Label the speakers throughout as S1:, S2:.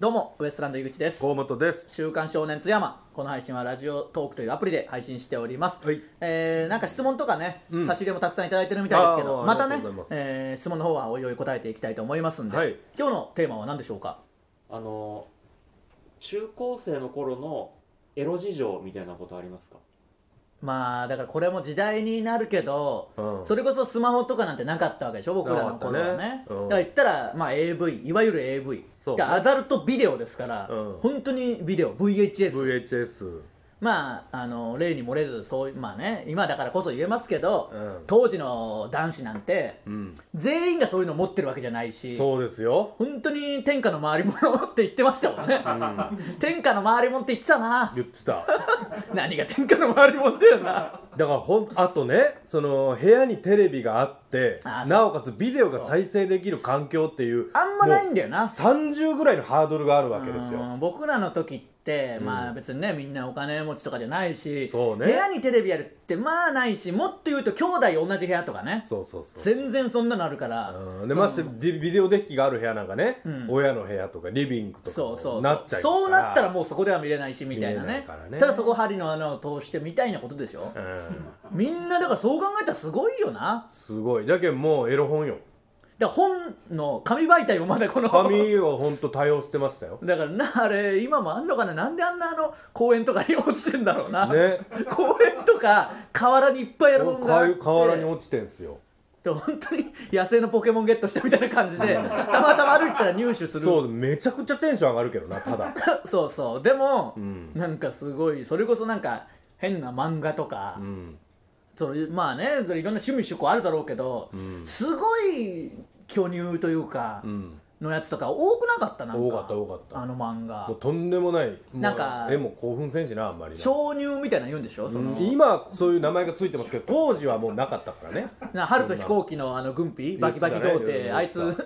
S1: どうもウエストランド井口です
S2: 河本です
S1: 週刊少年津山この配信はラジオトークというアプリで配信しております、
S2: はい
S1: えーなんか質問とかね、
S2: うん
S1: 差し入れもたくさんいただいてるみたいですけど
S2: あー
S1: また
S2: あ
S1: ね
S2: りがとうございます
S1: えー質問の方はおいおい答えていきたいと思いますんで、
S2: はい
S1: 今日のテーマは何でしょうか
S3: あの中高生の頃のエロ事情みたいなことありますか
S1: まあだからこれも時代になるけど、
S2: うん
S1: それこそスマホとかなんてなかったわけでしょ僕らの頃はね
S2: なかったねうん
S1: だから言ったら、まあ、AV いわゆる AV、
S2: そうね
S1: だからアダルトビデオですから、
S2: うん
S1: 本当にビデオ VHS、
S2: VHS
S1: まああの例に漏れずそういうまあね今だからこそ言えますけど、
S2: うん
S1: 当時の男子なんて
S2: うん
S1: 全員がそういうの持ってるわけじゃないし
S2: そうですよ
S1: 本当に天下の回り者って言ってましたもんね、 天下の回り者って言ってたな
S2: 言ってた
S1: 何が天下の回り者だよな
S2: だからほんあとねその部屋にテレビがあって
S1: あそう
S2: なおかつビデオが再生できる環境っていう
S1: あんまないんだよな
S2: もう30ぐらいのハードルがあるわけですよ
S1: うん僕らの時って、
S2: うん
S1: まあ別にねみんなお金持ちとかじゃないし、
S2: そうね
S1: 部屋にテレビやるってまあないしもっと言うと兄弟同じ部屋とかね
S2: そうそうそう
S1: 全然そんなのあるから、
S2: うんでましてビビデオデッキがある部屋なんかね、
S1: うん
S2: 親の部屋とかリビングとか
S1: そうそう
S2: なっちゃうから
S1: そうなったらもうそこでは見れないしみたいな
S2: 見れな
S1: ね
S2: いからね
S1: ただそこ針の穴を通してみたいなことでしょ、
S2: うん
S1: みんなだからそう考えたらすごいよな
S2: すごいじゃけんもうエロ本よ
S1: だから本の紙媒体もまだこの
S2: 紙をほんと多用してましたよ
S1: だからなあれ今もあんのかななんであんなあの公園とかに落ちてんだろうな、
S2: ね
S1: 公園とか河原にいっぱいやるもんがあって
S2: 河原に落ちてんすよ
S1: で本当に野生のポケモンゲットしたみたいな感じでたまたま歩いてたら入手する
S2: そうめちゃくちゃテンション上がるけどなただ
S1: そうそうでも、
S2: うん
S1: なんかすごいそれこそなんか変な漫画とか、
S2: うん
S1: そのまあねそれいろんな趣味趣向あるだろうけど、
S2: ん
S1: すごい巨乳というか、
S2: うん
S1: のやつとか多くなかったなんか
S2: 多かった多かった
S1: あの漫画
S2: もうとんでもないもう
S1: なんか
S2: 絵も興奮せんしなあんまりな
S1: 鍾乳みたいなの言うんでしょその、
S2: うん今そういう名前がついてますけど当時はもうなかったからね
S1: な春と飛行機のあの軍備バキバキ童
S2: 言ってたね
S1: 貞、あいつ
S2: 言って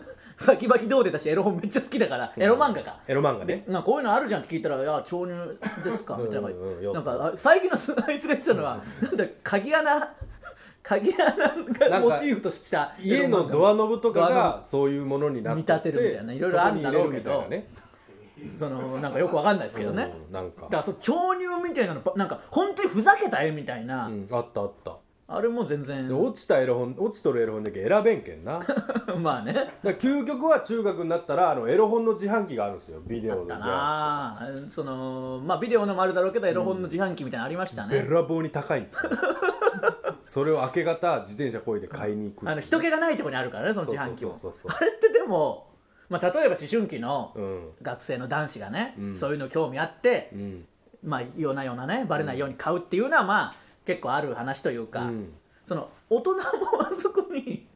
S1: バキバキ童貞だしエロ本めっちゃ好きだから、エロ漫画か
S2: エロ漫画ね
S1: なんかこういうのあるじゃんって聞いたら「いや潮入ですか」みたいな
S2: うんうんうん
S1: なんかあ最近のす あいつが言ってたのはなんだ鍵穴鍵穴が
S2: なんか
S1: モチーフとした
S2: 家の
S1: ア
S2: ドアノブとか
S1: ドアノ
S2: がそういうものになってて
S1: 見立てるみたいないろいろあるんだろうけど
S2: そこに入れるみ
S1: そのなんかよくわかんないですけど
S2: たい
S1: ね
S2: なね、うんなん
S1: だか
S2: から
S1: その潮入みたいなのばなんか本当にふざけた絵みたいな、
S2: うんあったあった
S1: あれも全然
S2: で落ちたエロ本落ちとるエロ本だけ選べんけんなだか
S1: まあね
S2: ら究極は中学になったらあのエロ本の自販機があるんですよビデ
S1: あ
S2: オの
S1: った
S2: 自販機
S1: なあそのまあビデオのもあるだろうけどエロ本の自販機みたいなのありましたね、
S2: べらぼうに高いん ですよそれを明け方自転車こいで買いに行く
S1: あの人気がないところにあるからねその自販機も
S2: そうそうそうそう
S1: あれってでも、まあ、例えば思春期の
S2: うん
S1: 学生の男子がね、
S2: うん
S1: そういうの興味あって
S2: う、ん
S1: まあ夜な夜なねバレないように買うっていうのはまあ結構ある話というか、
S2: うん
S1: その大人もあそこに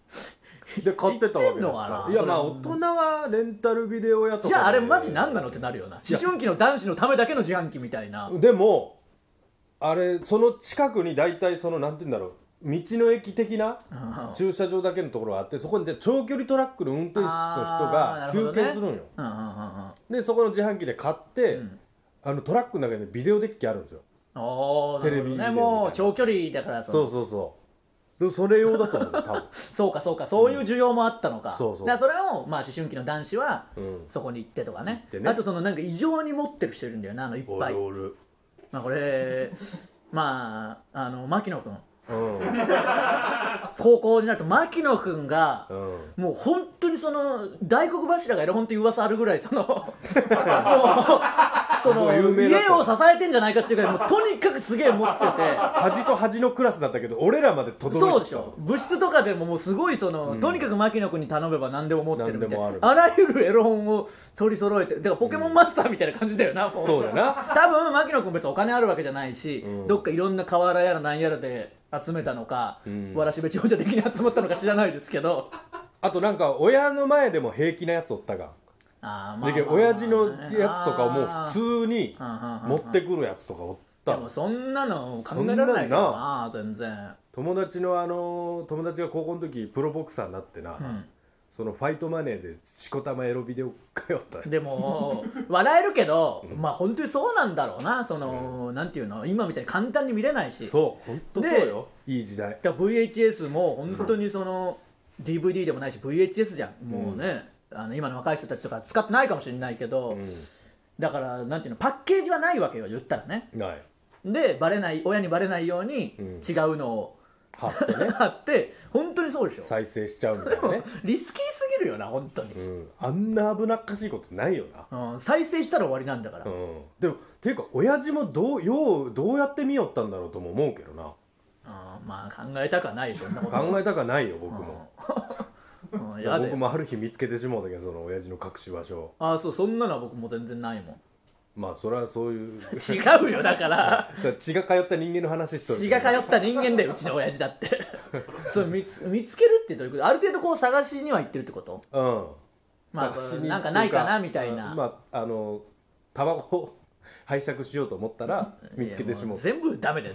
S2: で買ってた
S1: 言ってん
S2: わけです
S1: の
S2: か
S1: からない
S2: や
S1: それ
S2: まあ大人はレンタルビデオ屋とか
S1: じゃああれマジ何
S2: ん
S1: なのってなるよな思春期の男子のためだけの自販機みたいな
S2: でもあれその近くに大体そのなんて言うんだろう道の駅的な
S1: うん
S2: 駐車場だけのところがあってそこにで長距離トラックの運転手の人が
S1: あーなる
S2: 休
S1: ほどね
S2: 憩するのよ、
S1: うんうんうんうん
S2: でそこの自販機で買って、
S1: ん
S2: あのトラックの中にビデオデッキあるんですよ
S1: おーなるほど
S2: テレビみた
S1: ね
S2: いな
S1: もう長距離だからそ
S2: そう
S1: の
S2: そうそうでそれ用だと思う多分
S1: そうかそうかそういう需要もあったのか、
S2: んそうそう
S1: だからそれをまあ思春期の男子は
S2: うん
S1: そこに行ってとかね,、
S2: てね
S1: あとそのなんか異常に持ってる人いるんだよなあのいっ
S2: お
S1: ぱい
S2: るおる
S1: まあこれまああの牧野君
S2: うん
S1: 高校になると牧野君が
S2: うん
S1: もう本当にその大黒柱がエロ本っていう噂あるぐらいそのもうその
S2: すごい有名だった
S1: 家を支えてんじゃないかっていうぐらいもうとにかくすげえ持ってて
S2: 端と端のクラスだったけど俺らまで届いてた
S1: そうでしょ部室とかでももうすごいその、とにかく牧野君に頼めば何でも持ってるみたいな
S2: 何でも
S1: あ
S2: あ
S1: らゆるエロ本を取り揃えてるだからポケモンマスターみたいな感じだよな、もう
S2: そうだな
S1: 多分牧野君別にお金あるわけじゃないし、
S2: うん
S1: どっかいろんな河原やらなんやらで集めたのか、
S2: ん
S1: わらしべ長者的に集まったのか知らないですけど
S2: あとなんか親の前でも平気なやつおったが
S1: あー
S2: んだけど親父のやつとかをもう普通に持ってくるやつとかおっ
S1: で
S2: た
S1: もそんなの考えられないからな全然、
S2: 友達のあの友達が高校の時プロボクサーになってな、
S1: う
S2: そのファイトマネーでしこたまエロビデオ通った
S1: ん、でも笑えるけどまあ本当にそうなんだろうなその、なんていうの今みたいに簡単に見れないし
S2: そう本当そうよいい時代
S1: だから VHS も本当にその DVD でもないし VHS じゃんもうね、あの今の若い人たちとか使ってないかもしれないけど、
S2: うん
S1: だからなんていうのパッケージはないわけよ言ったらね
S2: ない
S1: でバレない親にバレないように
S2: うん
S1: 違うのを
S2: 貼ってね
S1: 貼って本当にそうでしょ
S2: 再生しちゃうみたいなね、
S1: リスキーすぎるよな本当に
S2: う、ん、あんな危なっかしいことないよな、
S1: うん、再生したら終わりなんだから、
S2: うん、でもていうか親父もどうようどうやって見よったんだろうとも思うけどな
S1: あーまあ考えたくはないそんなこと
S2: 考えたかないよ僕も、
S1: うん、 うん
S2: だから
S1: やだ
S2: 僕
S1: よ
S2: もある日見つけてしまうんだけどその親父の隠し場所
S1: ああそうそんなのは僕も全然ないもん
S2: まあそれは そういう
S1: 違うよだから
S2: さ血が通った人間の話しとる
S1: 血が通った人間だようちの親父だって そう見つ見つけるってどういうことある程度こう探しには行ってるってこと
S2: うん
S1: まあ
S2: 探し
S1: そ
S2: に
S1: の
S2: って
S1: なんか
S2: いう
S1: ないかなみたいな
S2: まああのタバコを 拝借しようと思ったら見つけてしまう
S1: いやもう全 部ダメだよ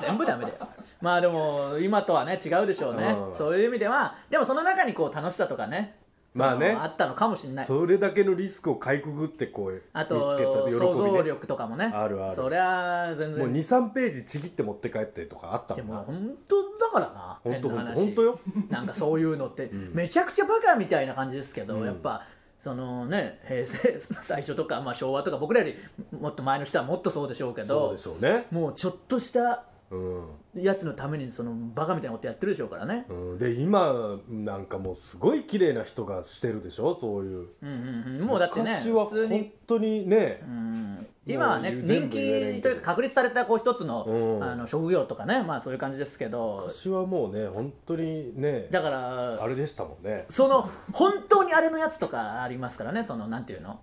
S1: 全部ダメだよまあでも今とはね違うでしょうね
S2: うん
S1: そういう意味ではでもその中にこう楽しさとかね
S2: まあね
S1: そのあったのかもしれない
S2: それだけのリスクをかいくぐってこう見
S1: あ
S2: つけた
S1: と
S2: 喜びね
S1: 想像力とかもね
S2: あるある
S1: そりゃ全
S2: もう
S1: 然
S2: 23ページちぎって持って帰ってとかあった
S1: で
S2: もん
S1: も
S2: な
S1: 本当だからな
S2: 本当
S1: 変な
S2: 本
S1: 話
S2: 当本当よ
S1: なんかそういうのって、
S2: ん
S1: めちゃくちゃバカみたいな感じですけど、
S2: うん
S1: やっぱそのね平成 最初とか、まあ、昭和とか僕らよりもっと前の人はもっとそうでしょうけ
S2: そう
S1: ど
S2: でしょうね
S1: もうちょっとした
S2: うん
S1: やつのためにそのバカみたいなことやってるでしょうからね。
S2: うん、で今なんかもうすごい綺麗な人がしてるでしょそういう
S1: うんうんうん、もうだってね
S2: 昔は
S1: 普通
S2: 本
S1: に、
S2: 当にね
S1: うん、今はね
S2: もう
S1: 人
S2: 全部言えない
S1: 気と
S2: けど
S1: いうか確立されたこう一つの,、
S2: うん
S1: あの職業とかねまあそういう感じですけど
S2: 昔はもうね本当にね
S1: だから
S2: あれでしたもんね
S1: その本当にあれのやつとかありますからねそのなんていうの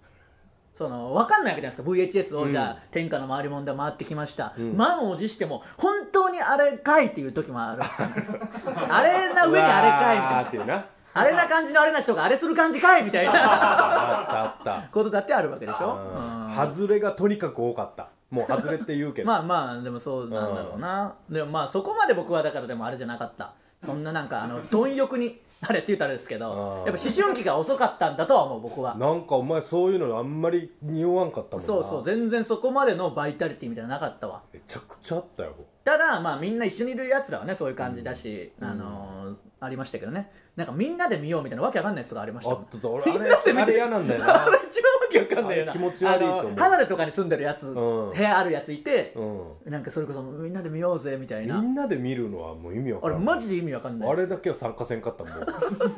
S1: その分かんないわけじゃないですか VHS をじゃあ、天下の回りもんで回ってきました、
S2: ん
S1: 満を持しても本当にあれかいっていう時もあるんですよ ねあれな上にあれかいみたい
S2: わー
S1: な
S2: っていうな
S1: あれな感じのあれな人があれする感じかいみたい な
S2: あったあった
S1: ことだってあるわけでしょ、うん
S2: ハズレがとにかく多かったもうハズレって言うけど、
S1: まあまあでもそうなんだろうな、でもまあそこまで僕はだからでもあれじゃなかったそんななんかあの貪欲にあれって言ったらあれですけど、
S2: うん
S1: やっぱ思春期が遅かったんだとは思う僕は
S2: なんかお前そういうのあんまり匂わんかったもんな
S1: そうそう全然そこまでのバイタリティみたいなのなかったわ
S2: めちゃくちゃあったよ
S1: ただまあみんな一緒にいるやつらはねそういう感じだし、あのーありましたけどねなんかみんなで見ようみたいなわけわかんないやつとかありました
S2: あ
S1: もん
S2: ったと俺あれあれ嫌なんだよ
S1: あ
S2: な
S1: れ 一番わけわかんないよな
S2: あれ気持ち悪いと思う
S1: あの離れとかに住んでるやつ、
S2: ん
S1: 部屋あるやついて、
S2: う
S1: なんかそれこそみんなで見ようぜ みたいなん
S2: みんなで見るのはもう意味わか
S1: あ
S2: ら
S1: れ
S2: ん
S1: マジで意味わかんない
S2: あれだけは参加せんかったもん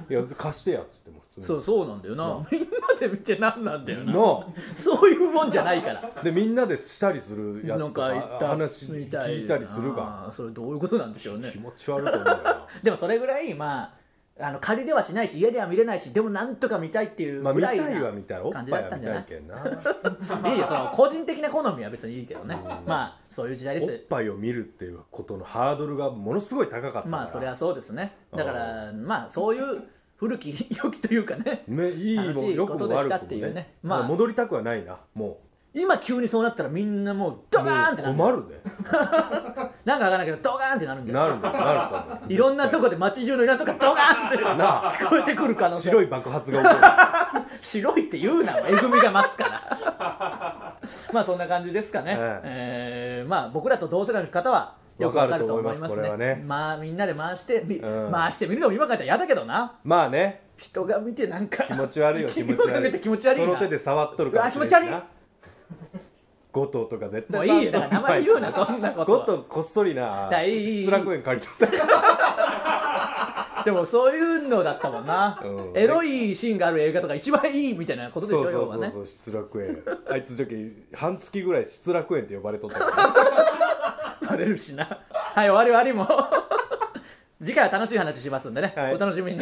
S2: いや貸してやっつっても普通に
S1: そうそうなんだよな、みんなで見てなんなんだよな
S2: の
S1: そういうもんじゃないから
S2: でみんなでしたりするや
S1: な
S2: つ
S1: ん
S2: とか
S1: か言った
S2: 話
S1: みた
S2: 聞いたりするが
S1: あーそれどういうことなんでしょうね
S2: 気持ち悪いと思うよな
S1: でもそれぐらいまああの借りではしないし家では見れないしでもなんとか見たいっていう
S2: まあ
S1: ぐ
S2: 見
S1: ら
S2: た
S1: い
S2: い
S1: な、
S2: は見たいおっぱいは見たいけんな
S1: いいよその個人的な好みは別にいいけどねまあそういう時代で
S2: おっ
S1: す
S2: ぱいを見るっていうことのハードルがものすごい高かったから
S1: まあそれはそうですねだからまあそういう古き良きというかね
S2: ね、いい
S1: 楽
S2: も
S1: しい
S2: よ
S1: こ
S2: く
S1: と
S2: も
S1: でし
S2: 悪
S1: たっ
S2: く
S1: てい
S2: も
S1: うね
S2: ね、
S1: まあ
S2: ただ戻りたくはないなも
S1: 今急にそうなったらみんなもう
S2: う
S1: ドカーンってなる
S2: もう困るね
S1: なんかわからないけどドカーンってなるんじゃない
S2: なるねなるかも
S1: いろんなとこで街中のいろんなとこドカーンって
S2: なあ
S1: 聞こえてくる可能性
S2: 白い爆発が起こ
S1: 白いって言うなえぐみが増すから まあそんな感じですかね、
S2: ええ
S1: えーまあ僕らと同世代の方はよくわかると思いますね
S2: わかると思いますこれはね
S1: まあみんなで回してみ、
S2: うん
S1: 回してみるのも今からやだけどな
S2: るまあね
S1: 人が見てなんか
S2: 気持ち 悪いよ気持ち
S1: か
S2: 悪
S1: け
S2: い
S1: て気持ち悪いな
S2: その手で触っとるかもしれないし
S1: うわ
S2: な後藤とか絶
S1: も
S2: 対
S1: ういい よだから名前言うなそんなこ
S2: ゴ
S1: と
S2: ッ
S1: は
S2: トこっそりな
S1: だいいいいいい
S2: 失楽園借りとった
S1: でもそういうのだったもんな、
S2: うん
S1: エロいシーンがある映画とか一番いいみたいなことでしょ
S2: そうそう
S1: 要は
S2: そう
S1: ね
S2: そう失楽園あいつ時半月ぐらい失楽園って呼ばれとったから
S1: バレるしな はい終わり終わりもう次回は楽しい話しますんでね、
S2: はい
S1: お楽しみに